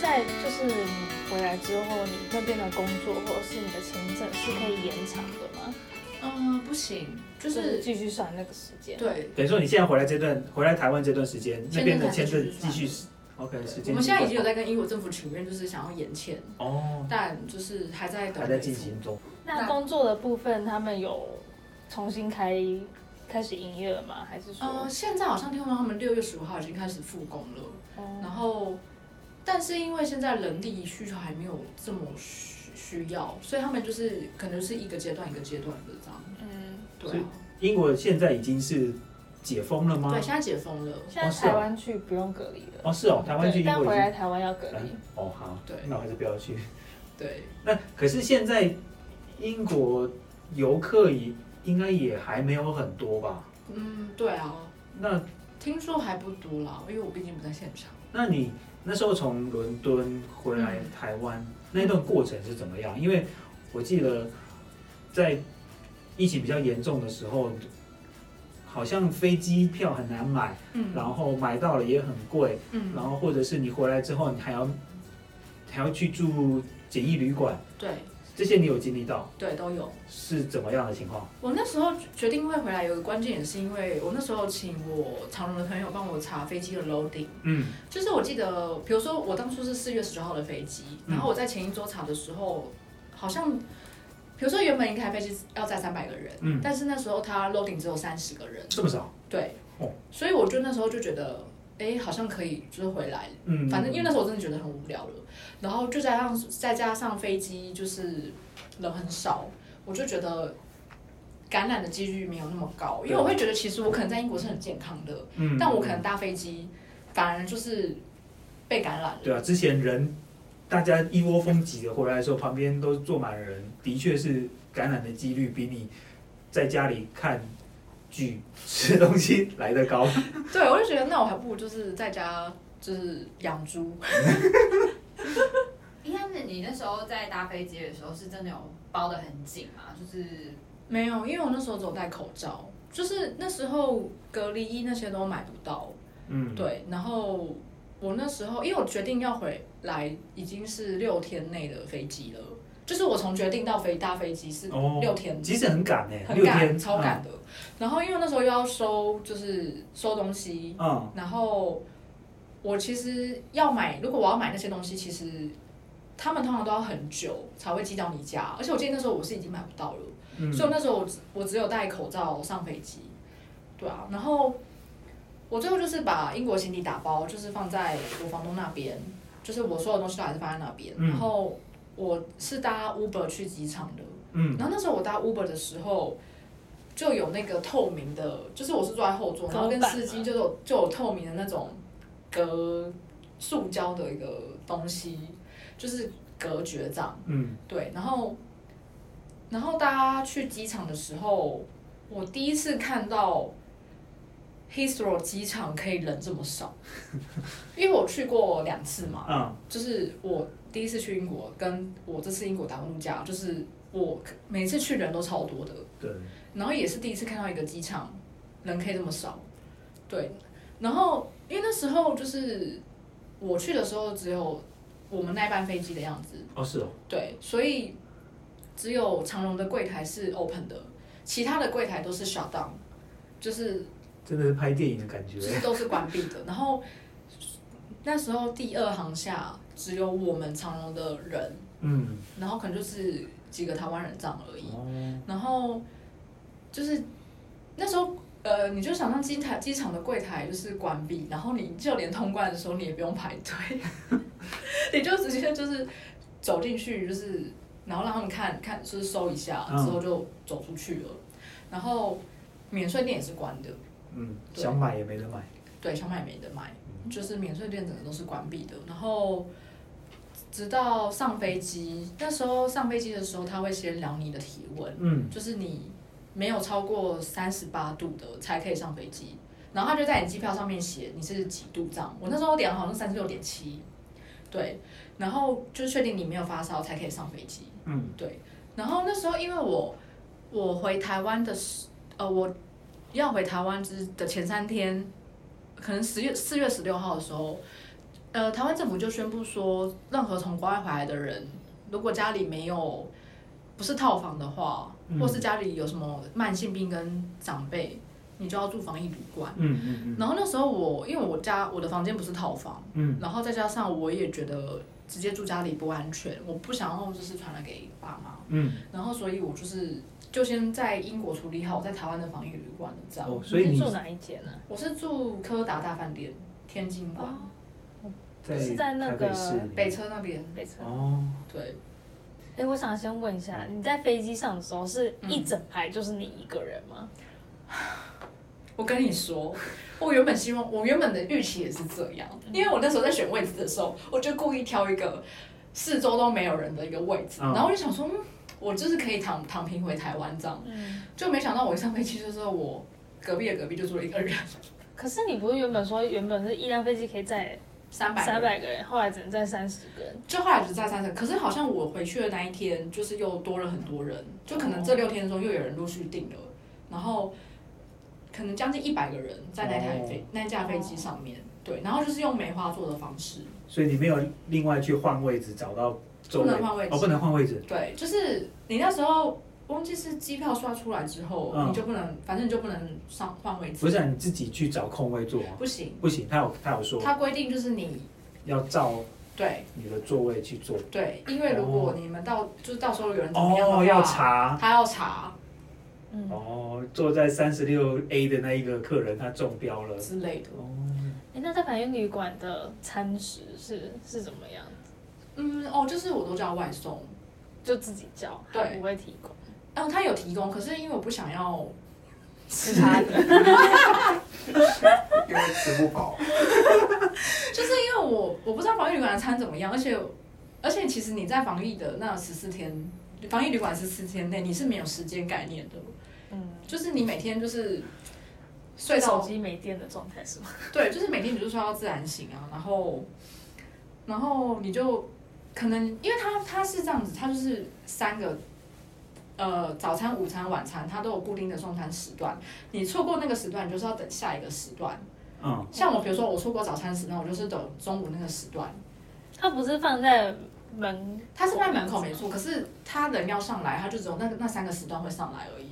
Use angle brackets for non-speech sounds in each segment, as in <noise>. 在就是你回来之后，你那边的工作或者是你的签证是可以延长的吗？嗯，不行，就就是是继续算那个时间。对，等于说你现在回来这段，回来台湾这段时间，那边的签证继续，OK，时我间们现在已经有在在跟英国政府请愿，就是想要延签，哦，但就是还在等还在进行中。那工作的部分，他们有重新开开始营业了吗？还是说？呃，现在好像听说他们六月十五号已经开始复工了，哦然后，但是因为现在人力需求还没有这么需需要，所以他们就是可能是一个阶段一个阶段的这样。嗯，对所以啊，英国现在已经是解封了吗对，？现在解封了，现在是哦台湾去不用隔离了，哦，是哦，台湾去对，英但国已回经来台湾要隔离。哦好，对那我还是不要去。对，那可是现在英国游客也应该也还没有很多吧？嗯，对啊，那听说还不多啦，因为我毕竟不在现场。那你那时候从伦敦回来嗯台湾、那段过程是怎么样？因为我记得在疫情比较严重的时候，好像飞机票很难买，嗯然后买到了也很贵，然嗯，后或者是你回来之后你还要还要去住简易旅馆，对这些你有经历到对都有。是怎么样的情况？我那时候决定会回来，有个关键也是因为我那时候请我长荣的朋友帮我查飞机的 loading，嗯。就是我记得，比如说我当初是四月十九号的飞机，嗯然后我在前一周查的时候，好像，比如说原本一台飞机要载三百个人，嗯但是那时候它 loading 只有三十个人，这么少？对，哦所以我就那时候就觉得，哎，好像可以就是回来嗯反正因为那时候我真的觉得很无聊了，然后就加上再加上飞机就是人很少，我就觉得感染的几率没有那么高，因为我会觉得其实我可能在英国是很健康的，嗯但我可能搭飞机反而就是被感染了。对啊，之前人大家一窝蜂挤着回来的时候，旁边都坐满了人，的确是感染的几率比你在家里看剧吃东西来得高。对，我就觉得那我还不如就是在家就是养猪，应该是你那时候在搭飞机的时候是真的有包的很紧嘛，就是没有，因为我那时候只有戴口罩，就是那时候隔离衣那些都买不到，嗯，对，然后我那时候因为我决定要回来，已经是六天内的飞机了，就是我从决定到飞搭飞机是哦六天，其实很赶哎、很六赶，天超。赶的。然后因为那时候又要收，就是收东西，嗯然后我其实要买，如果我要买那些东西，其实他们通常都要很久才会寄到你家，而且我记得那时候我是已经买不到了。嗯，所以我那时候我只我只有戴口罩上飞机，对啊，然后我最后就是把英国行李打包，就是放在我房东那边，就是我所有东西都还是放在那边，嗯然后我是搭 Uber 去机场的，嗯然后那时候我搭 Uber 的时候。就有那个透明的，就是我是坐在后座，然后跟隔板吗司机就有就有透明的那种隔塑胶的一个东西，就是隔绝这样。嗯对，然后，然后大家去机场的时候，我第一次看到 Heathrow 机场可以人这么少， <laughs> 因为我去过两次嘛，嗯就是我第一次去英国，跟我这次英国打工度假，就是我每次去人都超多的，对，然后也是第一次看到一个机场人可以这么少，对。然后因为那时候就是我去的时候只有我们那班飞机的样子，哦是哦，对，所以只有长隆的柜台是 open 的，其他的柜台都是 shut down，就是真的是拍电影的感就觉。是都是关闭的。然后那时候第二航下只有我们长隆的人，嗯然后可能就是几个台湾人这样而已。哦，然后就是那时候。呃，你就想象机台机场的柜台就是关闭，然后你就连通关的时候你也不用排队， <laughs> 你就直接就是走进去，就是然后让他们看看，就是收一下之嗯后就走出去了。然后免税店也是关的，嗯，对想买也没得买。对，小买也没得买，就是免税店整个都是关闭的。然后直到上飞机，那时候上飞机的时候他会先量你的体温，嗯就是你没有超过三十八度的才可以上飞机，然后他就在你机票上面写你是几度这样。我那时候量好像三十六点七，对，然后就确定你没有发烧才可以上飞机。嗯然后那时候因为我我回台湾的时，呃，我要回台湾之的前三天，可能十月四月十六号的时候，呃，台湾政府就宣布说，任何从国外回来的人，如果家里没有不是套房的话，嗯或是家里有什么慢性病跟长辈，你就要住防疫旅馆。嗯嗯嗯然后那时候我，因为我家我的房间不是套房，嗯，然后再加上我也觉得直接住家里不安全，我不想要就是传染给爸妈，嗯，然后所以我就是就先在英国处理好我在台湾的防疫旅馆的账。哦，所以你你是住哪一间啊呢、我是住柯达大饭店天津馆、哦，在是在那个台北市里面北车那边，北车。哦，对，哎、我想先问一下，你在飞机上的时候是一整排就是你一个人吗？我跟你说， <laughs> 我原本希望，我原本的预期也是这样，因为我那时候在选位置的时候，我就故意挑一个四周都没有人的一个位置，嗯然后我就想说，嗯我就是可以躺躺平回台湾这样，嗯。就没想到我一上飞机就之后，我隔壁的隔壁就住了一个人，可是你不是原本说原本是一辆飞机可以载三百三，百个人，后来只能载三十个人。就后来只在三十，可是好像我回去的那一天，就是又多了很多人，就可哦能这六天中又有人陆续订了，然后可能将近一百个人在那台飞、哦那架飞机上面，对，然后就是用梅花座的方式。所以你没有另外去换位置找到周不围，能换位置哦，不能换位置，对，就是你那时候忘记是机票刷出来之后，嗯你就不能，反正你就不能上换位置，不是啊你自己去找空位坐啊，不行，不行，他有他有说它规定就是你要照对你的座位去坐，对，因为如果你们到、就是到时候有人怎么样的话，哦，要查。他要查嗯，哦，坐在三十六 A 的那一个客人他中标了。之类的。哦，哎，那在反应旅馆的餐食是是怎么样？嗯，哦，就是我都叫外送，就自己叫，对还不会提供。然嗯后他有提供，可是因为我不想要，吃他的，因为吃不饱，就是因为我我不知道防疫旅馆的餐怎么样，而且而且其实你在防疫的那十四天，防疫旅馆十四天内你是没有时间概念的，嗯，就是你每天就是睡手到机没电的状态是吗？对，就是每天你就是睡到自然醒啊，然后然后你就可能因为它它是这样子，它就是三个呃早餐、午餐、晚餐，它都有固定的送餐时段，你错过那个时段，你就是要等下一个时段。嗯，像我比如说我错过早餐时段，我就是等中午那个时段。它不是放在门，它是在门口没错，可是他人要上来，他就只有那个那三个时段会上来而已。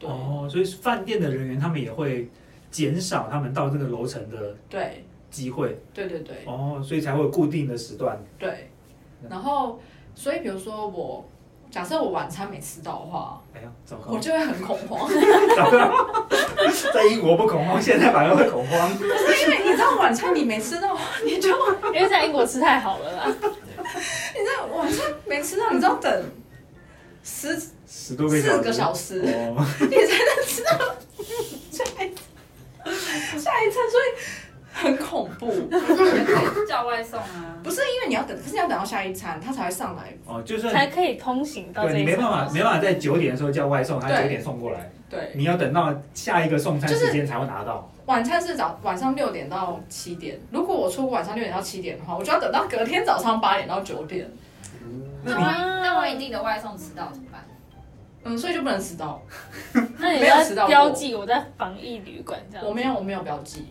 对、哦，所以饭店的人员他们也会减少他们到这个楼层的对机会，对对对哦，所以才会有固定的时段。对，然后所以比如说我假设我晚餐没吃到的话，哎呀，糟糕我，就会很恐慌， <laughs> 糟糕， <laughs> 在英国不恐慌，现在反而会恐慌。因为你知道晚餐你没吃到，你就因为在英国吃太好了 <laughs> 啦。你知道晚餐没吃到，你知道等十十多个小时，四个小时哦，你才能吃到下一餐下一餐，所以很恐怖。 <laughs> 叫外送啊，不是因为你要等，可是你要等到下一餐他才会上来。哦，就算才可以通行到这对你一没办层。法，没办法在九点的时候叫外送，他对九点送过来，对，你要等到下一个送餐时间才会拿到。晚餐是早晚上六点到七点，如果我出国晚上六点到七点的话，我就要等到隔天早上八点到九点。那那你万一那万一你的外送迟到怎么办？嗯，所以就不能迟到。啊那你没有吃到要标过记我在防疫旅馆这样。我没有，我没有标记。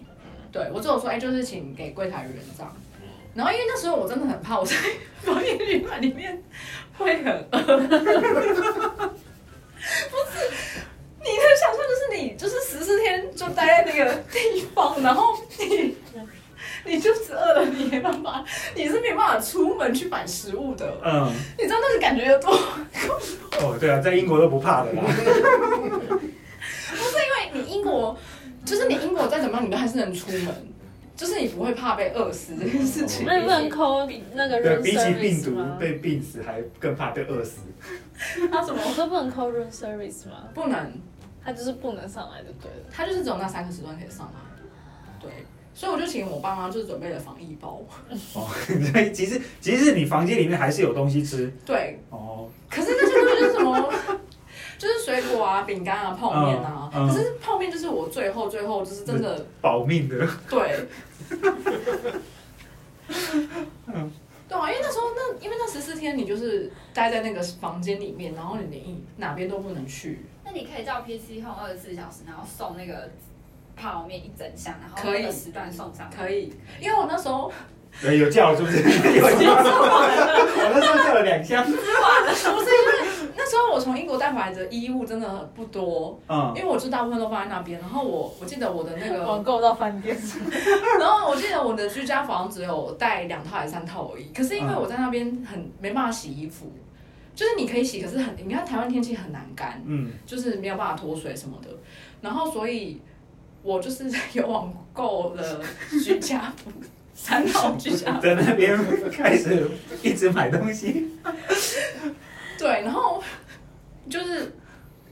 对我只有说，哎、就是请给柜台人员这样。然后因为那时候我真的很怕我在防疫旅馆里面会很饿，不是你的想象就是你就是十四天就待在那个地方，然后你你就是饿了，你没办法，你是没办法出门去买食物的，嗯，你知道那个感觉有多哦，对啊，在英国都不怕的啦。因为哎你英国，就是你英国再怎么样，你都还是能出门，就是你不会怕被饿死这件事情。那你不能抠那个哦对 room 比起病 service 毒吗？被病死，还更怕被饿死。他怎么我说不能抠 room service 吗？不能？他就是不能上来就对了。他就是只有那三个时段可以上来。对，所以我就请我爸妈就是准备了防疫包。哦， <laughs> 所以其实其实你房间里面还是有东西吃。对，哦，可是那些东西就是什么？ <laughs> 就是水果啊、饼干啊、泡面啊，嗯嗯可是泡面就是我最后最后就是真的保命的。 <laughs> 对，对啊，因为那时候那因为那十四天你就是待在那个房间里面，然后你连哪边都不能去，那你可以叫 PC Home 二十四小时，然后送那个泡面一整箱，然后可以那个时段送上。可以，因为我那时候呃有叫是不是？有叫， <laughs> 我那时候叫了两箱，不是因为那时候我从英国带回来的衣物真的不多，嗯因为我就大部分都放在那边。然后我我记得我的那个网购到饭店，然后我记得我的居家服好像只有带两套还是三套而已，可是因为我在那边很没办法洗衣服，就是你可以洗，可是很你看台湾天气很难干，嗯，就是没有办法脱水什么的，然后所以我就是有网购了居家服三套居家服，在那边开始一直买东西，对，然后就是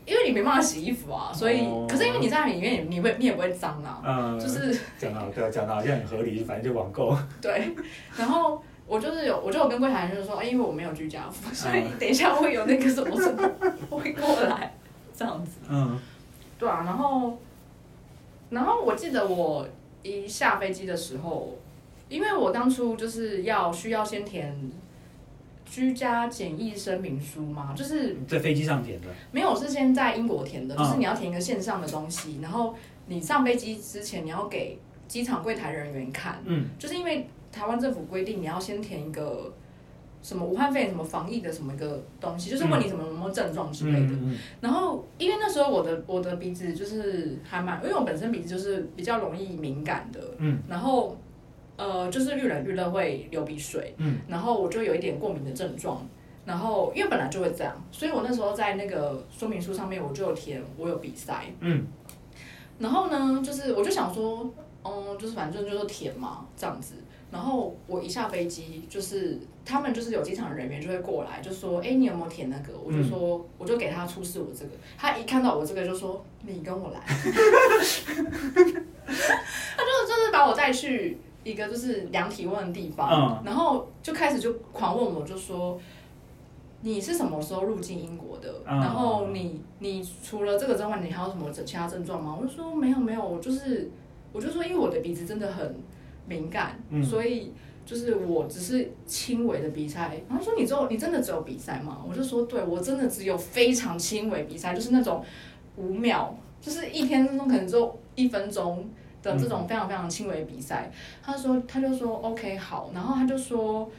因为你没办法洗衣服啊，所以、哦可是因为你在里面你会你也不会脏啊，嗯，就是。讲的好，对啊，讲的好像很合理，反正就网购，对，然后我就是有，我就有跟柜台人就说，哎、因为我没有居家服，所以等一下会有那个什么什么会过来，这样子。嗯对啊，然后，然后我记得我一下飞机的时候，因为我当初就是要需要先填居家检疫声明书嘛，就是在飞机上点的，没有是先在英国填的，就是嗯你要填一个线上的东西，然后你上飞机之前你要给机场柜台人员看。嗯就是因为台湾政府规定你要先填一个什么武汉肺炎什么防疫的什么一个东西，就是问你什么有没有症状之类的。嗯然后因为那时候我的我的鼻子就是还蛮，因为我本身鼻子就是比较容易敏感的，嗯然后呃就是遇冷遇热会流鼻水，嗯然后我就有一点过敏的症状。然后，因为本来就会这样，所以我那时候在那个说明书上面我就有填我有鼻塞，嗯然后呢，就是我就想说，嗯，就是反正就是舔嘛，这样子。然后我一下飞机，就是他们就是有机场人员就会过来，就说，哎，你有没有舔那个？我就嗯说，我就给他出示我这个。他一看到我这个就说，你跟我来。他就就是把我带去一个就是量体温的地嗯方，然后就开始就狂问我，就说。你是什么时候入境英国的？嗯然后你你除了这个之外，你还有什么其他症状吗？我就说没有没有，我就是我就说因为我的鼻子真的很敏感，嗯所以就是我只是轻微的鼻塞。然后他说你只有你真的只有鼻塞吗？我就说对，我真的只有非常轻微鼻塞，就是那种五秒，就是一天之中可能只有一分钟的这嗯种非常非常轻微的鼻塞。他说他就说 OK 好，然后他就说。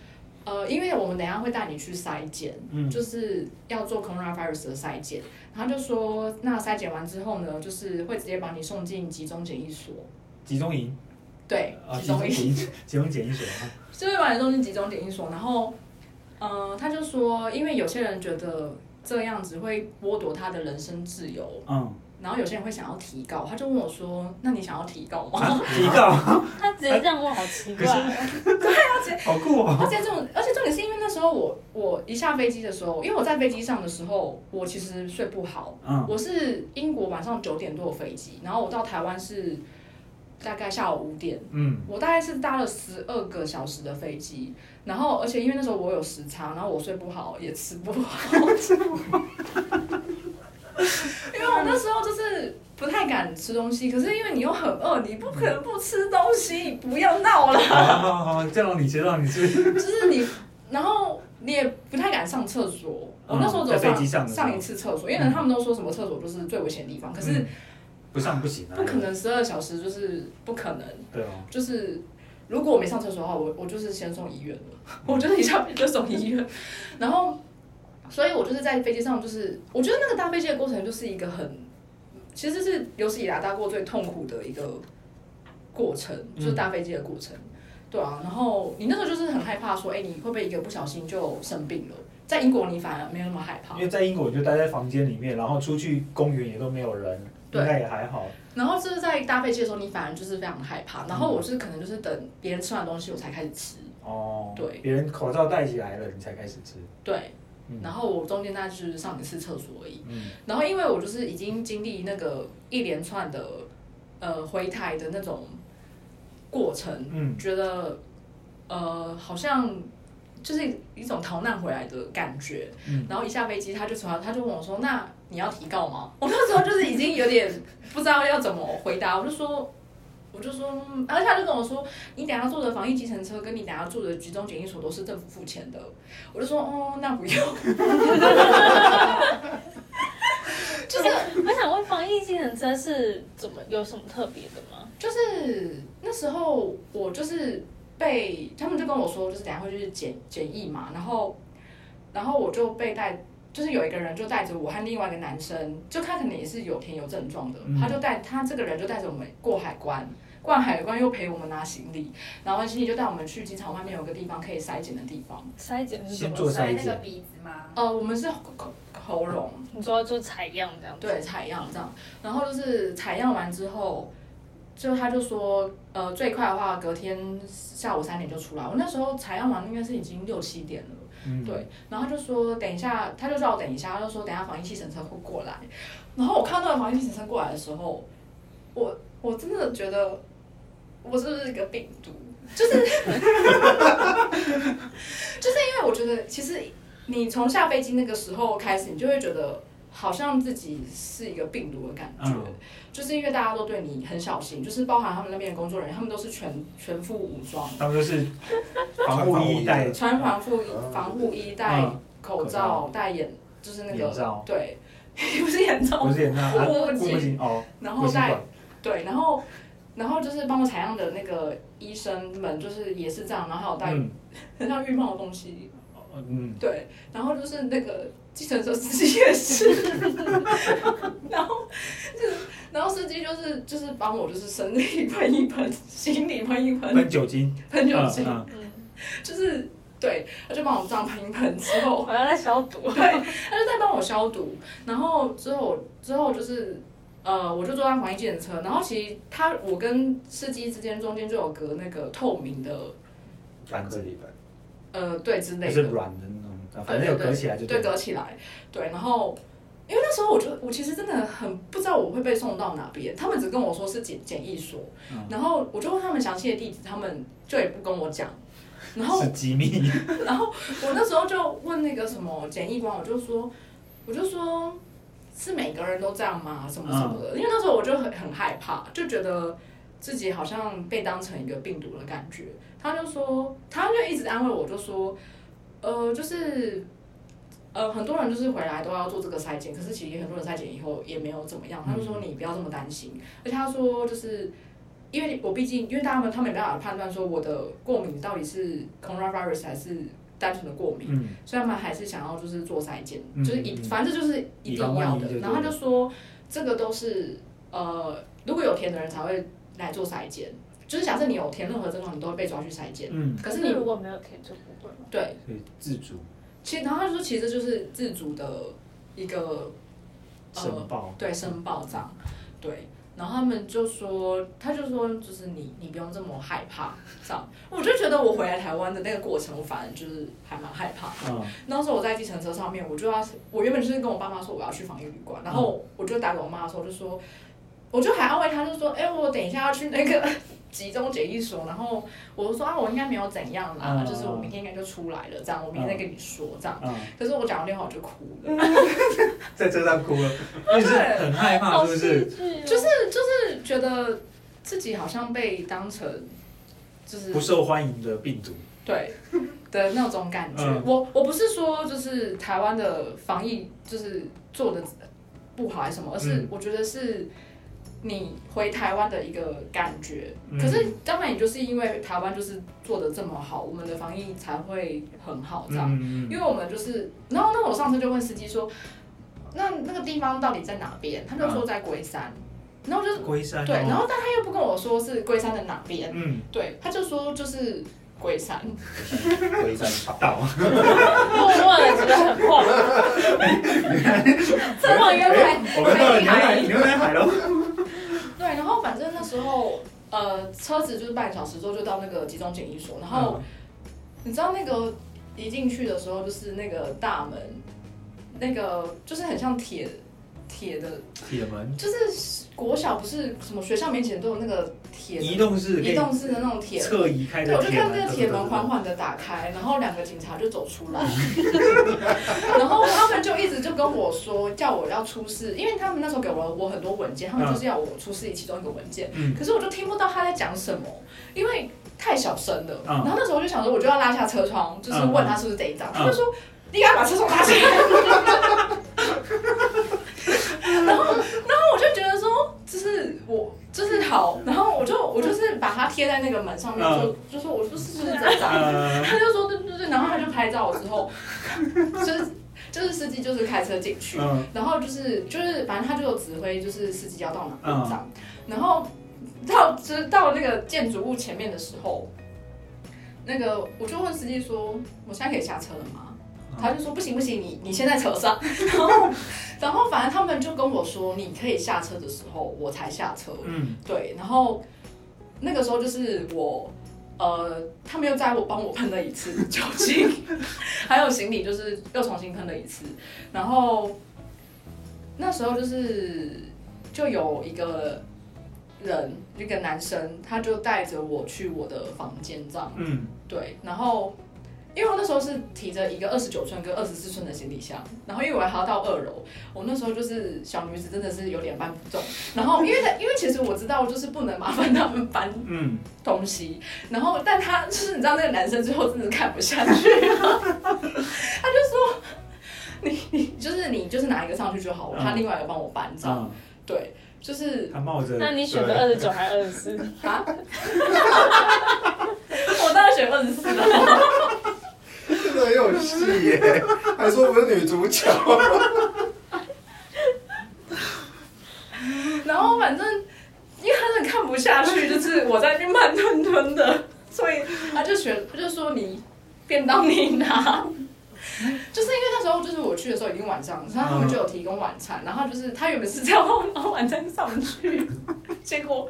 呃，因为我们等一下会带你去筛检，嗯就是要做 coronavirus 的筛检，然后就说那筛检完之后呢，就是会直接把你送进集中检疫所，集中营对，啊，集集中中营，营，集中检疫所啊， <laughs> 就是把你送进集中检疫所，然后，呃，他就说，因为有些人觉得这样子会剥夺他的人身自由， <laughs> 嗯，然后有些人会想要提告，他就问我说，那你想要提告吗？啊提告，他直接这样问，好奇怪哎哦。 <laughs> 好酷哦，而且这种，而且重点是因为那时候我我一下飞机的时候，因为我在飞机上的时候，我其实睡不好。嗯我是英国晚上九点多的飞机，然后我到台湾是大概下午五点，嗯我大概是搭了十二个小时的飞机，然后而且因为那时候我有时差，然后我睡不好，也 <laughs> 吃不好，因为我那时候就是不太敢吃东西，可是因为你又很饿，你不可能不吃东西，不要闹了。好好好好，这样你知道你是就是你，然后你也不太敢上厕所。我嗯那时候只在有飞机上上的时候上一次厕所，因为他们都说什么厕所就是最危险的地方，可是嗯不上不行啊，不可，能十二小时就是不可能，对哦，就是如果我没上厕所的话，我我就是先送医院了， <laughs> 我就是一下飞机就送医院，然后，所以我就是在飞机上，就是我觉得那个搭飞机的过程就是一个很，其实是有史以来搭过最痛苦的一个过程，嗯就是搭飞机的过程，对啊，然后你那时候就是很害怕说，哎、你会不会一个不小心就生病了？在英国你反而没有那么害怕因，为在英国我就待在房间里面，然后出去公园也都没有人，对应该也还好，然后就是在搭飞机的时候，你反而就是非常害怕，嗯然后我就是可能就是等别人吃完东西我才开始吃，哦，对别人口罩戴起来了，你才开始吃，对。嗯然后我中间大概就是上一次厕所而已。嗯然后因为我就是已经经历那个一连串的呃回台的那种过程，嗯觉得呃好像就是一种逃难回来的感觉。嗯然后一下飞机，他就从他就问我说：“那你要提告吗？” <laughs> 我那时候就是已经有点不知道要怎么回答，我就说。我就说，嗯而且他就跟我说，你等下坐的防疫计程车跟你等下住的集中检疫所都是政府付钱的。我就说，哦，那不用。就是我想问，防疫计程车是怎么有什么特别的吗？就是那时候我就是被他们就跟我说，就是等一下会去检检疫嘛，然后然后我就被带，就是有一个人就带着我和另外一个男生，就他可能也是有甜有症状的，嗯他就带他这个人就带着我们过海关。过完海关又陪我们拿行李，然后行李就带我们去机场外面有个地方可以筛检的地方。筛检是什先么做筛？塞筛那个检，鼻子吗？呃，我们是喉口喉咙，你说就采样这样子？对，采样这样，然后就是采样完之后，就他就说，呃，最快的话隔天下午三点就出来。我那时候采样完应该是已经六七点了，嗯，对，然后他就说等一下，他就叫我等一下，他就说等一下防疫系统车会过来。然后我看到防疫系统车过来的时候，我我真的觉得我是不是一个病毒？就是 <laughs> 就是因为我觉得，其实你从下飞机那个时候开始，你就会觉得好像自己是一个病毒的感觉，嗯就是因为大家都对你很小心，就是包含他们那边的工作人员，他们都是全全副武装，他们就是防护衣带、穿防护衣嗯防护衣戴嗯口口罩罩、戴眼就是那眼个罩，对， <laughs> 不是眼罩哦不，是眼罩，啊我不行哦，然不后习戴惯，对，然后然后就是帮我采样的那个医生们就是也是这样，然后还有戴嗯很像浴帽的东西，嗯，对，然后就是那个计程车司机也是， <laughs> 然后就是然后司机就是就是帮我就是生理喷一喷，心理喷一嗯喷喷，酒精，喷酒嗯精，嗯嗯，就是对，他就帮我这样喷一喷之后。我要在消毒。对，他就在帮我消毒，然后之后之后就是。呃，我就坐在防疫检车，然后其实他我跟司机之间中间就有隔那个透明的，半个礼拜，呃，对之还类是的，软的那种，啊反正有隔起来就对，了隔起来，对，然后因为那时候我就我其实真的很不知道我会被送到哪边，他们只跟我说是检检疫所，嗯然后我就问他们详细的地址，他们就也不跟我讲，然后是机密， <laughs> 然后我那时候就问那个什么检疫官，我就说，我就说，是每个人都这样吗？什么什么的，因为那时候我就很很害怕，就觉得自己好像被当成一个病毒的感觉。他就说，他就一直安慰我，就说，呃，就是。呃，很多人就是回来都要做这个筛检，可是其实很多人筛检以后也没有怎么样。他就说你不要这么担心，而且他说就是因为我毕竟，因为他们他们没办法判断说我的过敏到底是 coronavirus 还是单纯的过敏，嗯，所以他们还是想要就是做筛检，嗯就是一嗯反正就是一定以要防万一就的对。了然后他就说这个都是呃，如果有填的人才会来做筛检，就是假设你有填任何症状，你都会被抓去筛检。嗯，可是你如果没有填就不会了。对，所以自主其实然后他就说其实这就是自主的一个申报，对，申报这样，对。然后他们就说，他就说，就是你，你不用这么害怕，这样。我就觉得我回来台湾的那个过程，我反正就是还蛮害怕。嗯，那时候我在计程车上面，我就要，我原本就是跟我爸妈说我要去防疫旅馆，然后我就打给我妈的时候就说，我就还安慰她，就说，哎、我等一下要去那个 <laughs> 集中检疫所，然后我就说啊，我应该没有怎样啦，嗯就是我明天应该就出来了，这样，我明天再跟你说，这样。嗯，可是我讲完电话我就哭了。在车上哭了，就是很害怕，哦是不是？剧就是就是觉得自己好像被当成就是不受欢迎的病毒，对的那种感觉。嗯我我不是说就是台湾的防疫就是做的不好还是什么，而是嗯我觉得是你回台湾的一个感觉。嗯可是当然，也就是因为台湾就是做的这么好，我们的防疫才会很好这样。嗯，因为我们就是，然后那我上次就问司机说，那那个地方到底在哪边？他就嗯说在龟山，然后我就龟山哦，对，然后但他又不跟我说是龟山的哪边，嗯，对，他就说就是龟 <laughs> 山，龟山岛，岛，默默的觉得很晃，这晃原来哎我们到了牛奶牛奶海喽，对，然后反正那时候呃车子就是半小时之后就到那个集中检疫所，然后嗯你知道那个一进去的时候就是那个大门，那个就是很像铁铁的，铁门就是国小不是什么学校面前都有那个铁移的动式可以移动式的那种铁门侧移开对，的我就铁看门，那个铁门缓缓的打开，然后两个警察就走出 <laughs> 来，然后他们就一直就跟我说，叫我要出示，因为他们那时候给我我很多文件，他们就是要我出示其中一个文件，嗯可是我就听不到他在讲什么，因为太小声了。嗯然后那时候我就想说，我就要拉下车窗，就是嗯问他是不是这一张，嗯他就说你赶快把车窗拉下来。 <laughs> 然后，然后我就觉得说，就是我，就是好，然后我就我就是把它贴在那个门上面，嗯就就说我说是不是这张？呃，他就说对对对，然后他就拍照之后，就是就是司机就是开车进去，嗯然后就是就是反正他就有指挥，就是司机要到哪边这样，然后到就是到那个建筑物前面的时候，那个我就问司机说，我现在可以下车了吗？嗯他就说不行不行，你你先在车上， <laughs> 然后然后反正他们就跟我说，你可以下车的时候我才下车，嗯对，然后那个时候就是我，呃，他们又在我帮我喷了一次酒精， <laughs> 还有行李就是又重新喷了一次，然后那时候就是就有一个人，一个男生，他就带着我去我的房间这样，嗯对，然后。因为我那时候是提着一个二十九寸跟二十四寸的行李箱，然后因为我还要到二楼，我那时候就是小女子真的是有点搬不动。然后因为他因为其实我知道就是不能麻烦他们搬嗯，东西，然后但他就是你知道那个男生最后真的是看不下去了，他就说你你就是你就是拿一个上去就好，嗯他另外一个帮我搬这样，啊，对，就是他冒着那你选的二十九还是二十四？啊，我当然选二十四了，真的很有戏耶，还说我是女主角，然后反正因为他真的看不下去，就是我在那边慢吞吞的，所以他就选他就说你便当你拿。就是因为那时候就是我去的时候已经晚上了，然后他们就有提供晚餐，然后就是他原本是叫我拿晚餐上去，结果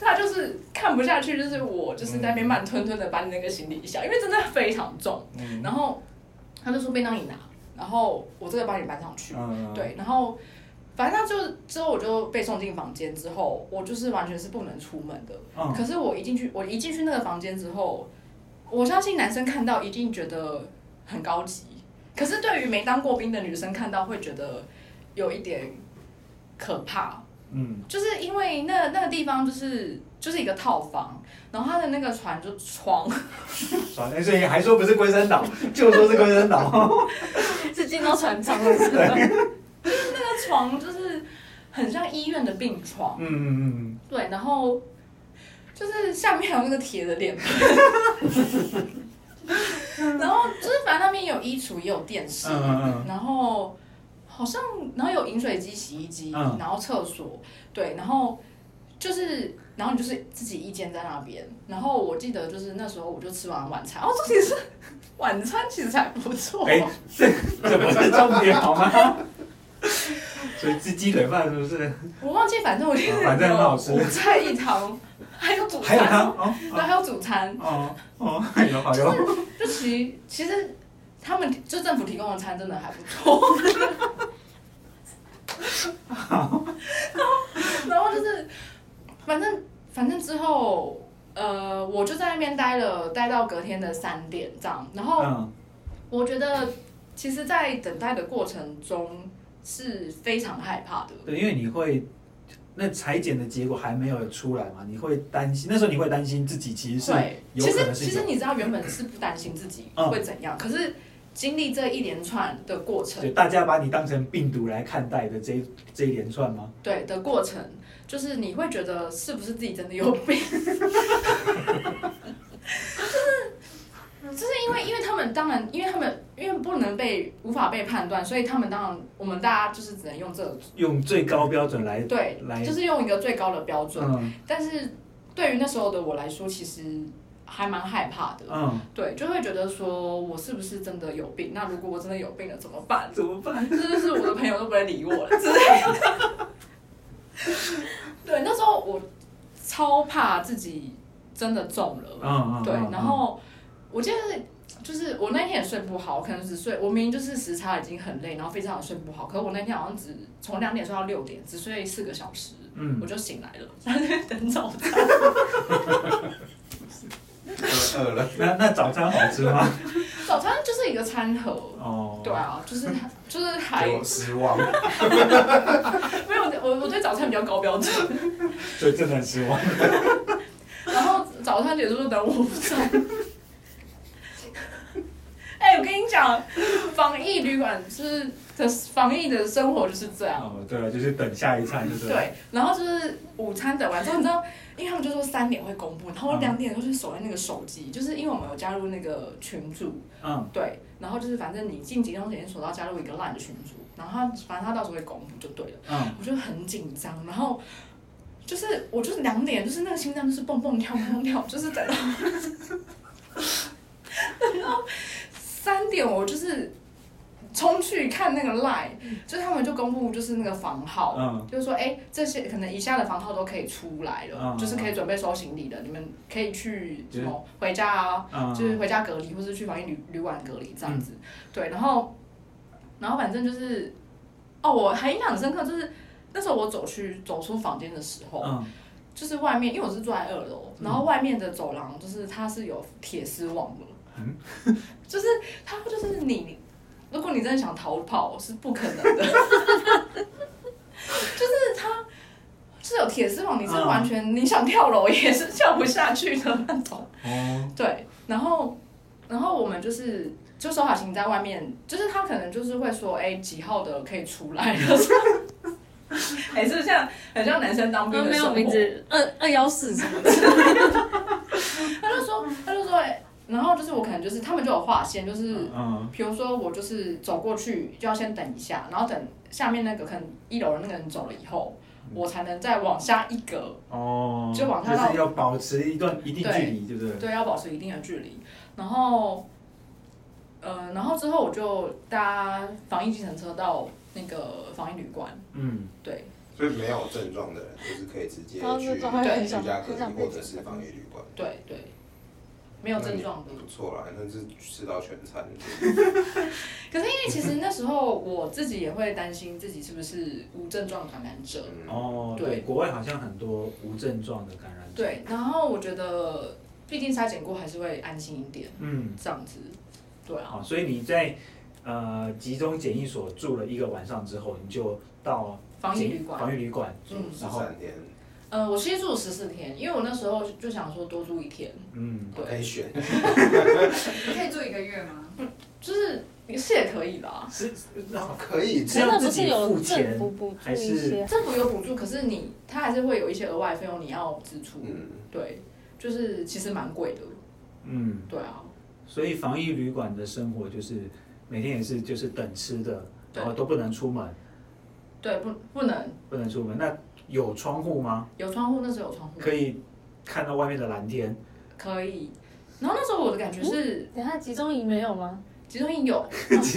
他就是看不下去，就是我就是在那边慢吞吞的搬那个行李箱，因为真的非常重，嗯然后他就说便当你拿，然后我这个帮你搬上去，嗯，对，然后反正他就之后我就被送进房间之后，我就是完全是不能出门的。嗯可是我一进去，我一进去那个房间之后，我相信男生看到一定觉得很高级，可是对于没当过兵的女生看到会觉得有一点可怕，嗯就是因为那那个地方就是就是一个套房，然后他的那个床就床 <laughs> 爽，哎所以还说不是龟山岛，就说是龟山岛， <laughs> 是进到船舱了是吧？ <laughs> 那床就是很像医院的病床。嗯嗯对，然后就是下面还有那个铁的脸 <laughs> 盆，然后就是反正那边有衣橱，也有电视，嗯嗯然后好像然后有饮水机、洗衣机，嗯然后厕所，对，然后就是然后你就是自己一间在那边，然后我记得就是那时候我就吃完晚餐，哦，这其实 <laughs> 晚餐其实还不错，哎嗯，这不是重点好吗？ <laughs> 所以吃鸡腿饭是不是？我忘记，反正我记得啊反正很好有吃五菜一汤，还有主还 <laughs> 有餐，汤哦对，还有主餐，哦哦，还有还有，就其其实他们就政府提供的餐真的还不 <laughs> 错。然后然后就是，反正反正之后，呃，我就在那边待了，待到隔天的三点这样。然后嗯我觉得，其实，在等待的过程中是非常害怕的。对，因为你会那裁剪的结果还没有出来嘛，你会担心，那时候你会担心自己其实是会，有其可实能嗯是其实你知道原本是不担心自己会怎样，可是经历这一连串的过程，对大家把你当成病毒来看待的这一这一连串吗？对的过程，就是你会觉得是不是自己真的有病， <laughs> 就是嗯就是因为因为他们当然因为他们因为不能被无法被判断，所以他们当然我们大家就是只能用这个用最高标准来对来，就是用一个最高的标准，嗯但是对于那时候的我来说，其实还蛮害怕的，嗯，对，就会觉得说我是不是真的有病？那如果我真的有病了怎么办？怎么办？真的是我的朋友都不会理我了之类的。 <laughs> 对，那时候我超怕自己真的中嗯了，嗯，嗯对，然后我记得是就是我那天也睡不好，可能只睡，我明明就是时差已经很累，然后非常的睡不好，可是我那天好像只从两点睡到六点，只睡四个小时，嗯我就醒来了， <laughs> 在那边等早餐，饿了，那那早餐好吃吗？ <laughs> 早餐就是一个餐盒。哦，对啊，就是就是还给我 <laughs> 失望，没有我我对早餐比较高标准，所以真的很失望。然后早餐结束就等我午餐。哎、我跟你讲，防疫旅馆就是的防疫的生活就是这样。哦，啊对了，就是等下一餐，就是啊对，然后就是午餐等完之后，你知道，因为他们就说三点会公布，然后我两点就是守在那个手机，就是因为我们有加入那个群组，嗯，对，然后就是反正你进集中检疫所，然后加入一个 LINE 的群组，然后他反正他到时候会公布就对了。嗯，我就很紧张，然后就是我就是两点，就是那个心脏就是蹦蹦跳蹦蹦跳，就是等到然后三点我就是冲去看那个 line，就是他们就公布就是那个房号，嗯就是说哎、这些可能以下的房号都可以出来了，嗯就是可以准备收行李了，你们可以去就什是么回家啊，嗯，就是回家隔离，或是去防疫旅旅馆隔离这样子。对，然后，然后反正就是，哦，我还印象很深刻，就是那时候我走去走出房间的时候，哦嗯就是外面，因为我是住在二楼，然后外面的走廊就是它是有铁丝网的，嗯 <laughs> 就是它就是你，如果你真的想逃跑是不可能 <laughs> 的，就是它。是有铁丝网，你是嗯完全、你想跳楼也是跳不下去的那种。哦，对，然后然后我们就是就手好行在外面，就是他可能就是会说，哎、几号的可以出来， <laughs> 还是像很像男生当兵的哦没生活，有名字，二二幺四什么的，他就说他就说，哎然后就是我可能就是他们就有划线，就是。嗯比如说，我就是走过去就要先等一下，然后等下面那个可能一楼的那个人走了以后，我才能再往下一格，哦，就往就下到是要保持一段一定距离，对不对？对，要保持一定的距离。然后，呃，然后之后我就搭防疫计程车到那个防疫旅馆，嗯，对，所以没有症状的人，就是可以直接然后去这种会很想居家隔很想离被或者是防疫旅馆。对，对，没有症状的。不错啦，但是吃到全餐，可是因为其实那时候我自己也会担心自己是不是无症状感染者，嗯，哦，对，对国外好像很多无症状的感染者，对，然后我觉得毕竟筛检过还是会安心一点，嗯，这样子，对啊，好，所以你在呃集中检疫所住了一个晚上之后，你就到防疫检旅馆防疫旅馆，嗯十三天，呃，我先住十四天，因为我那时候就想说多住一天，嗯，对可以选，你可以住一个月吗？就是是也可以啦，是可以是真要的自不是己有付政钱府补助还一是些？政府有补助，可是你它还是会有一些额外费用你要支出，嗯，对，就是其实蛮贵的，嗯，对啊，所以防疫旅馆的生活就是每天也是就是等吃的，对然后都不能出门，对，啊不不能不能出门。那有窗户吗？有窗户，那时候有窗户，可以看到外面的蓝天。可以。然后那时候我的感觉是，等一下集中营没有吗？集中营有，哦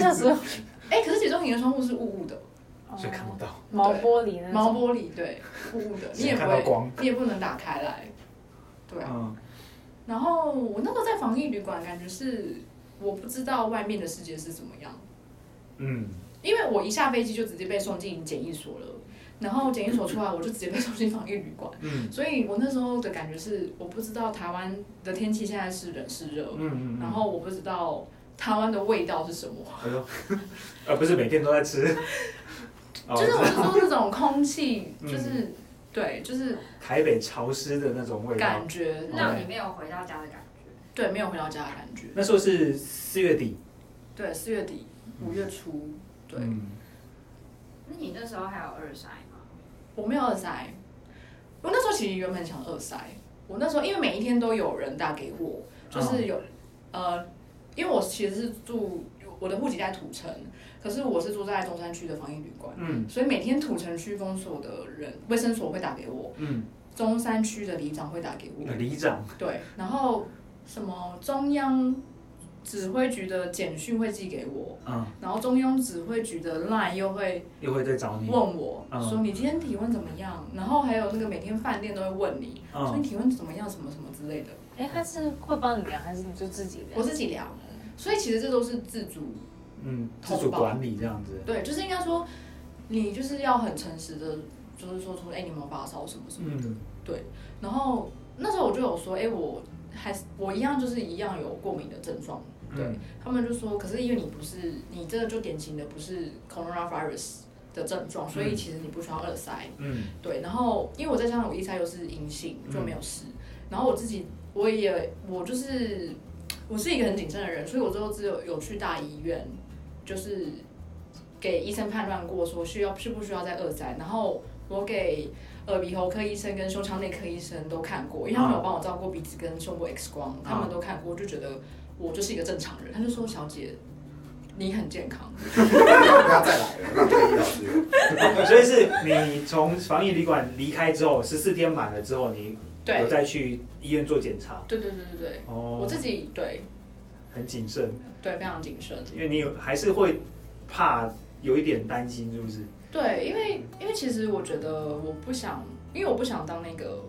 那时候哎、可是集中营的窗户是雾雾的，所以看不到，哦毛玻璃那毛种，玻璃，对，雾雾的，你也只不能看到会光，你也不能打开来，对啊。嗯，然后我那时候在防疫旅馆，感觉是我不知道外面的世界是怎么样。嗯，因为我一下飞机就直接被送进检疫所了，然后检疫所出来我就直接被送进防疫旅馆，嗯，所以我那时候的感觉是，我不知道台湾的天气现在是冷是热嗯，嗯嗯，然后我不知道台湾的味道是什么，哎呦，呃，不是每天都在 <laughs> 吃，哦就是我是说那种空气，嗯就是对，就是台北潮湿的那种味道感。觉让让你没有回到家的感觉。对没有回到家的感觉。那时候是四月底，对，四月底五月初，对嗯那你那时候还有二筛吗？我没有耳塞，我那时候其实原本想耳塞，我那时候因为每一天都有人打给我。嗯就是有、呃，因为我其实是住我的户籍在土城，可是我是住在中山区的防疫旅馆，嗯所以每天土城区封锁的人，卫生所会打给我，嗯，中山区的里长会打给我，里长，对，然后什么中央指挥局的简讯会寄给我，嗯，然后中央指挥局的 LINE 又会又会再找你问，我嗯说你今天体温怎么样，然后还有那个每天饭店都会问你，说你嗯体温怎么样，什么什么之类的。哎，他是会帮你啊量还是你就自己我量？自己量，所以其实这都是自主，嗯，自主管理这样子，对，就是应该说，你就是要很诚实的，就是说出，哎、你有没有发烧什么什么的。嗯然后那时候我就有说，哎、我还是我一样，就是一样有过敏的症状。对、嗯他们就说，可是因为你不是，你这个就典型的不是 coronavirus 的症状，所以其实你不需要耳塞。嗯对，然后因为我再加上我一筛又是阴性，就没有事。然后我自己我也我就是我是一个很谨慎的人，所以我最后只有有去大医院，就是给医生判断过说需要是不需要再二塞，然后我给耳鼻喉科医生跟胸腔内科医生都看过，因为他们有帮我照过鼻子跟胸部 X 光，他们都看过，就觉得我就是一个正常人。他就说：“小姐，你很健康。不要再来了，浪费医疗资源。嗯所以是你从防疫旅馆离开之后，十四天满了之后，你”对有，再去医院做检查。 <laughs> 对对对对对，我哦，自己对很谨慎，对非常谨慎。因为你有还是会怕有一点担心，是不是？对，因为因为其实我觉得我不想，因为我不想当那个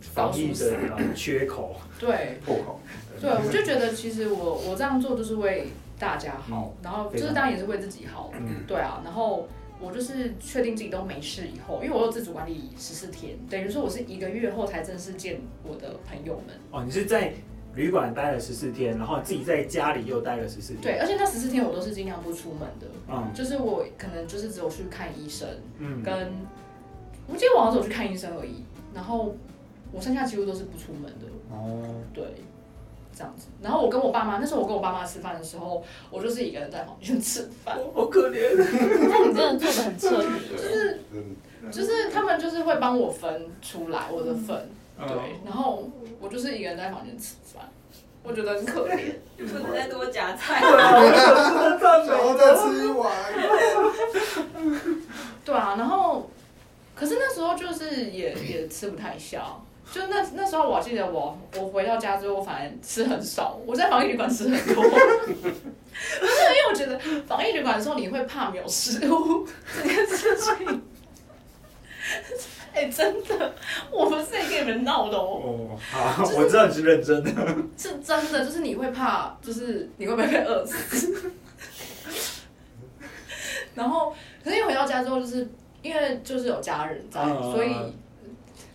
防疫老鼠的呃缺口，对破口。对，我就觉得其实我我这样做就是为大家好，然后就是当然也是为自己好，嗯对啊，然后我就是确定自己都没事以后，因为我有自主管理十四天，等于说我是一个月后才正式见我的朋友们，哦，你是在旅馆待了十四天，然后自己在家里又待了十四天。对，而且那十四天我都是尽量不出门的，嗯就是我可能就是只有去看医生，嗯，跟我记得我好像只有去看医生而已，然后我剩下几乎都是不出门的，哦，对，这样子。然后我跟我爸妈，那时候我跟我爸妈吃饭的时候，我就是一个人在房间吃饭，好可怜。那你真的做的很彻底。就是，嗯就是他们就是会帮我分出来我的份，哦对，然后我就是一个人在房间吃饭，我觉得很可怜。不能再多夹 <laughs> 菜。想要再吃一碗。对啊，然后可是那时候就是也也吃不太下。就那那时候，我还记得我我回到家之后，我反正吃很少，我在防疫旅馆吃很多。 <laughs> 不是因为我觉得防疫旅馆的时候，你会怕没有食物这件事情。 <laughs> 哎、真的，我不是在跟你们闹的哦，哦，好，我知道你是认真的。是真的，就是你会怕，就是你会不会被饿死？ <laughs> 然后，可是因为回到家之后，就是因为就是有家人在，嗯所以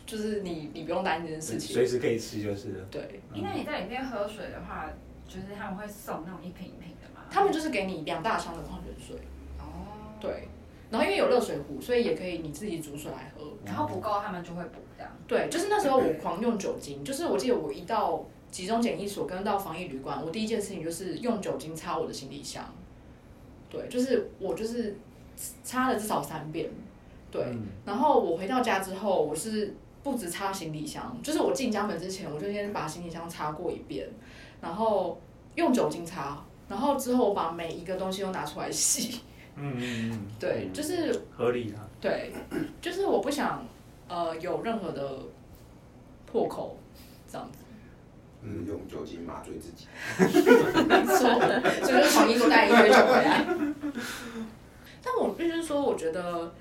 就是你你不用担心这件事情随。时可以吃就是了。对，应该你在里面喝水的话，就是他们会送那种一瓶一瓶的嘛。他们就是给你两大箱的矿泉水，哦，对。然后因为有热水壶，所以也可以你自己煮水来喝。然后不够他们就会补这样。对，就是那时候我狂用酒精，就是我记得我一到集中检疫所跟到防疫旅馆，我第一件事情就是用酒精擦我的行李箱。对，就是我就是擦了至少三遍。对，嗯然后我回到家之后，我是不止擦行李箱，就是我进家门之前，我就先把行李箱擦过一遍，然后用酒精擦，然后之后我把每一个东西都拿出来洗。嗯嗯嗯，对，就是合理啊。对，就是我不想呃有任何的破口，这样子，嗯，用酒精麻醉自己。没错，所以就从英国带一堆酒回来。但我必须说，我觉得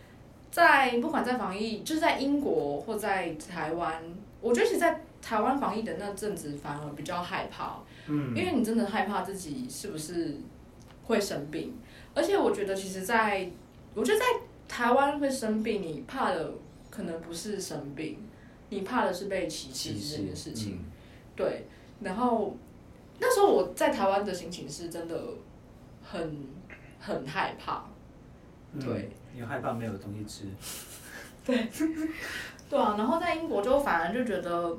在不管在防疫，就是在英国或在台湾，我觉得其实在台湾防疫的那阵子反而比较害怕，嗯，因为你真的害怕自己是不是会生病，而且我觉得其实在，我觉得在台湾会生病，你怕的可能不是生病，你怕的是被歧视这件事情。对，然后那时候我在台湾的心情是真的很很害怕，嗯对，你害怕没有东西吃。对啊，然后在英国就反而就觉得，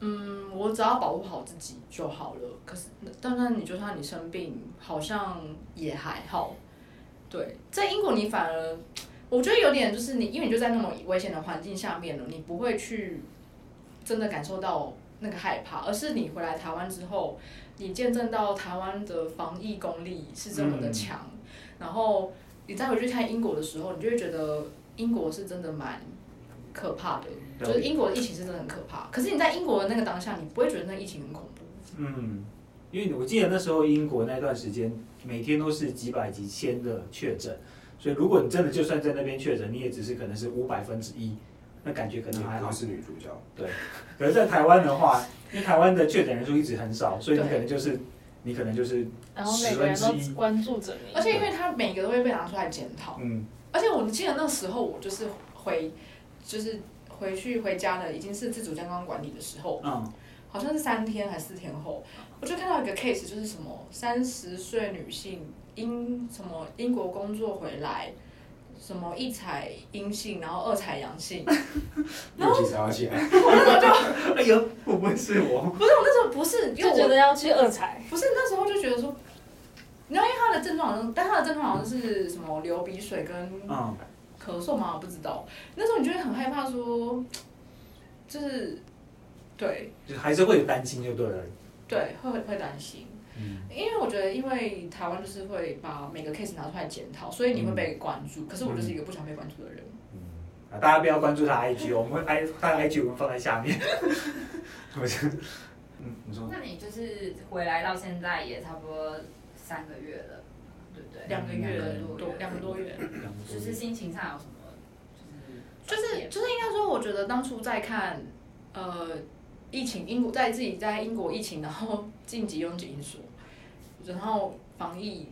嗯，我只要保护好自己就好了。可是，但但你就算你生病，好像也还好。对，在英国你反而，我觉得有点就是你，因为你就在那种危险的环境下面了，你不会去真的感受到那个害怕，而是你回来台湾之后，你见证到台湾的防疫功力是这么的强，然后你再回去看英国的时候，你就会觉得英国是真的蛮可怕的，了解就是英国的疫情是真的很可怕。可是你在英国的那个当下，你不会觉得那疫情很恐怖。嗯，因为我记得那时候英国那段时间，每天都是几百几千的确诊，所以如果你真的就算在那边确诊，你也只是可能是五百分之一，那感觉可能你还好不。是女主角，可是，在台湾的话，因为台湾的确诊人数一直很少，所以你对可能就是你可能就是然后每个人十分之一都关注着你，而且因为它每个都会被拿出来检讨，嗯而且我记得那时候我就是回，就是回去回家了，已经是自主健康管理的时候，嗯好像是三天还是四天后，我就看到一个 case，就是什么三十岁女性英什么英国工作回来，什么一采阴性，然后二采阳 <laughs> 性，尤其是要起来，哎呦，会不会是我？不是我那时候不是，因就为我觉得要去二彩。不是那时候就觉得说，然后因为他的症状好像，但他的症状好像是什么流鼻水跟嗯，咳嗽吗？我不知道。那时候你就会很害怕说，就是对就还是会有担心就对了。对，会会担心。嗯因为我觉得，因为台湾就是会把每个 case 拿出来检讨，所以你会被关注。可是我就是一个不想被关注的人。啊，大家不要关注他的 IG，哦我们会 I 他的 IG 我们放在下 <laughs> 面。我是，嗯，你说那你就是回来到现在也差不多三个月了，对不对？两个月多，两两个个多多月。月。两个多就是月心情上有什么？就是转变就是应该说，我觉得当初在看，呃，疫情英国在自己在英国疫情，然后晋级用检疫所，然后防疫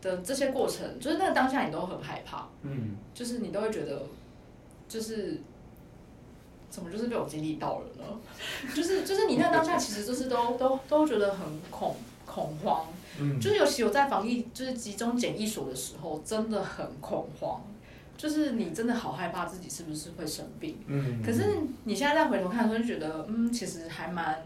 的这些过程，就是那个当下你都很害怕，嗯，就是你都会觉得，就是怎么就是被我经历到了呢？就是就是你那个当下其实就是都都都觉得很恐恐慌，嗯就是尤其我在防疫，就是集中检疫所的时候，真的很恐慌，就是你真的好害怕自己是不是会生病。嗯可是你现在再回头看的时候，就觉得嗯，其实还蛮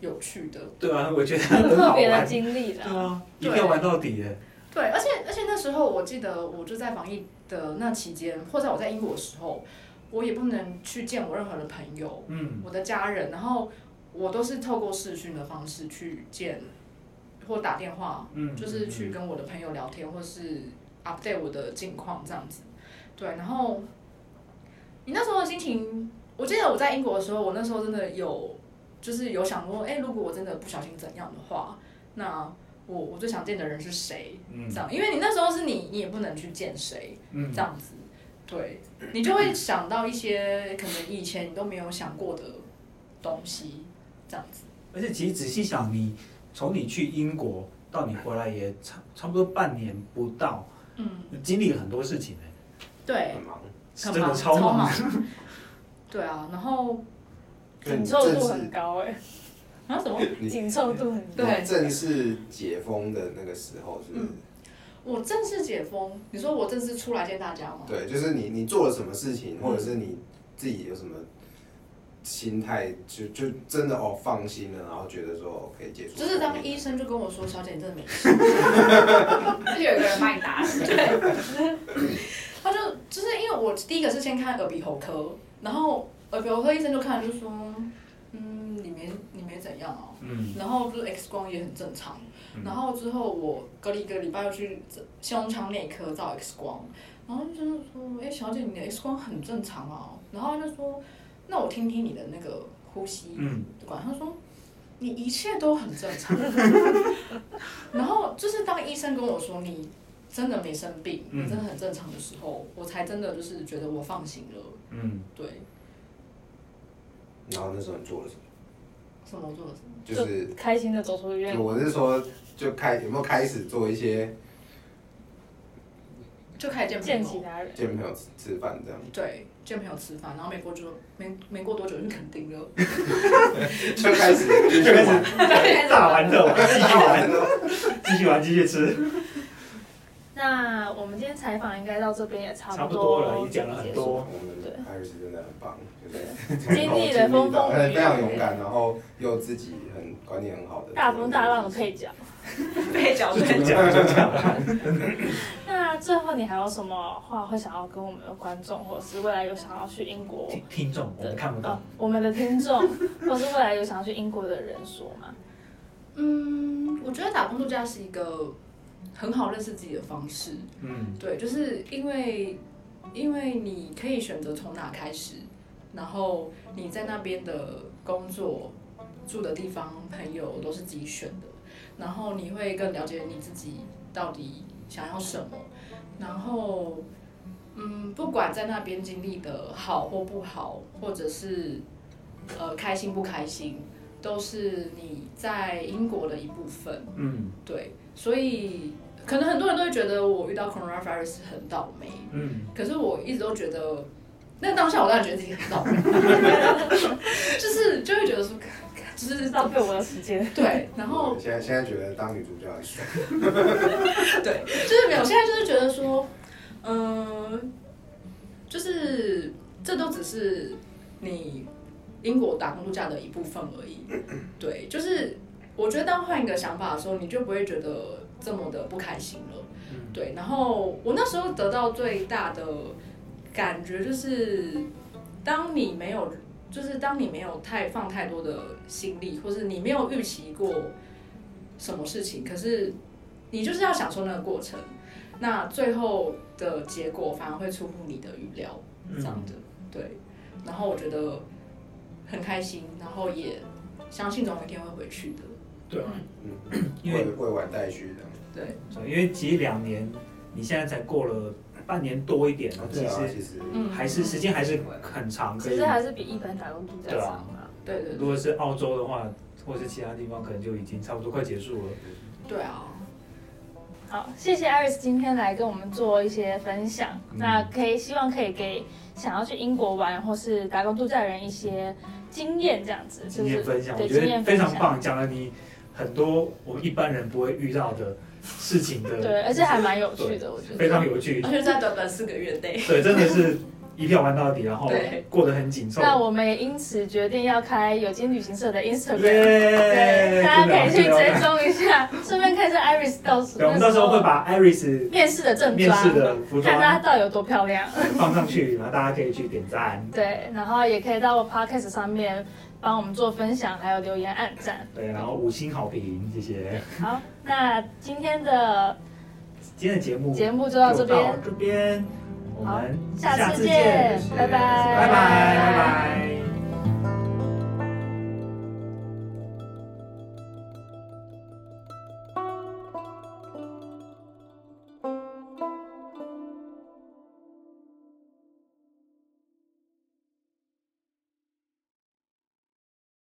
有趣的。对啊，我觉得很很特好别的玩。经历对啦。啊，一定要玩到底的。对，而且而且那时候我记得，我就在防疫的那期间，或者我在英国的时候，我也不能去见我任何的朋友，嗯我的家人，然后我都是透过视讯的方式去见或打电话嗯，就是去跟我的朋友聊天，或是 update 我的近况这样子。对，然后你那时候的心情，我记得我在英国的时候，我那时候真的有就是有想过，哎、如果我真的不小心怎样的话，那我我最想见的人是谁？嗯这样，因为你那时候是你，你也不能去见谁，嗯这样子，对你就会想到一些可能以前你都没有想过的东西，这样子。而且其实仔细想，你从你去英国到你回来也差差不多半年不到，嗯，经历了很多事情呢，对很，忙，是很真的忙，嗯超忙忙。。 <laughs> 对啊，然后紧正凑正度很式高哎，啊什么？你紧凑度很高。对正式解封的那个时候是嗯不是，我正式解封，你说我正式出来见大家吗？对，就是你你做了什么事情，或者是你自己有什么心态，就就真的哦放心了，然后觉得说哦可以结束。就是当医生就跟我说：“小姐，你真的没事。而且有个人把你打死，”他就就是因为我第一个是先看耳鼻喉科，然后耳鼻喉科医生就看就说：“嗯，你没你没怎样哦、嗯然后就是 X 光也很正常，嗯然后之后我隔了一个礼拜又去胸腔内科照 X 光，然后就是说，哎、小姐你的 X 光很正常啊，然后他就说，那我听听你的那个呼吸嗯管，他说你一切都很正常，然后就是当医生跟我说你真的没生病，你嗯真的很正常的时候，我才真的就是觉得我放心了，嗯，对，然后那时候你做了什么？什么做了什么，就是开心的走出医院就，我是说，就开有没有开始做一些就开始见见朋友其。他人。见朋友吃吃饭这样？对，见朋友吃饭，然后没过就没没过多久就去垦丁了。<laughs> 就开始就就开开始始大玩特玩，继续玩，继续玩，继续吃。那我们今天采访应该到这边也差差不多多了也讲了很多我们艾瑞斯真的很棒，就是 <laughs> 经历了风风雨雨非常勇敢，然后又自己很观念很好的大风大浪的配角。被脚就主讲就讲了，那最后你还有什么话会想要跟我们的观众，或者是未来有想要去英国听听众我的们看不呃到，我们的听众，或是未来有想要去英国的人说吗？嗯，我觉得打工度假是一个很好认识自己的方式。嗯对，就是因为因为你可以选择从哪开始，然后你在那边的工作、住的地方、朋友都是自己选的，然后你会更了解你自己到底想要什么，然后嗯，不管在那边经历的好或不好，或者是呃开心不开心，都是你在英国的一部分。嗯对，所以可能很多人都会觉得我遇到 coronavirus 很倒霉，嗯可是我一直都觉得，那当下我当然觉得自己很倒霉， <laughs> 就是就会觉得说，就是浪费我的时间。对，然后我现在现在觉得当女主角很爽，对，就是没有，现在就是觉得说，嗯、就是这都只是你英国打工度假的一部分而已。对，就是我觉得当换一个想法的时候，你就不会觉得这么的不开心了。嗯对，然后我那时候得到最大的感觉就是，当你没有，就是当你没有太放太多的心力，或是你没有预期过什么事情，可是你就是要享受那个过程，那最后的结果反而会出乎你的预料，这样的、对。然后我觉得很开心，然后也相信总有一天会回去的，对啊，嗯，因为未未完待续的。对，对因为其实两年，你现在才过了半年多一点了，对其啊，实其实嗯，还是时间还是很长，可其以实。还是比一般打工度假长啊。对对如对，果是澳洲的话，或是其他地方，可能就已经差不多快结束了。对啊，好，谢谢 Iris 今天来跟我们做一些分享，嗯那可以希望可以给想要去英国玩或是打工度假的人一些经验，这样子就经验是分享，对我觉经验分得非享常棒，讲了你很多我们一般人不会遇到的事情的，对，而且还蛮有趣的，我觉非得。常有趣而，且在短短四个月内。对，真的是一票玩到底，然后对过得很紧凑。那我们也因此决定要开有间旅行社的 Instagram，耶对，大家可以去鼓掌追踪一下，顺便看一下 Iris 到时对，我们到时候会把 Iris 面试的正面装，试的服看她装到底有多漂亮。 <laughs> 放上去，然后大家可以去点赞。对，然后也可以到 Podcast 上面帮我们做分享，还有留言、按赞。对，然后五星好评，谢谢。好，那今天的今天的节目节目就到这就到边，这边，我们下次次见见，谢谢拜拜，拜拜，拜拜。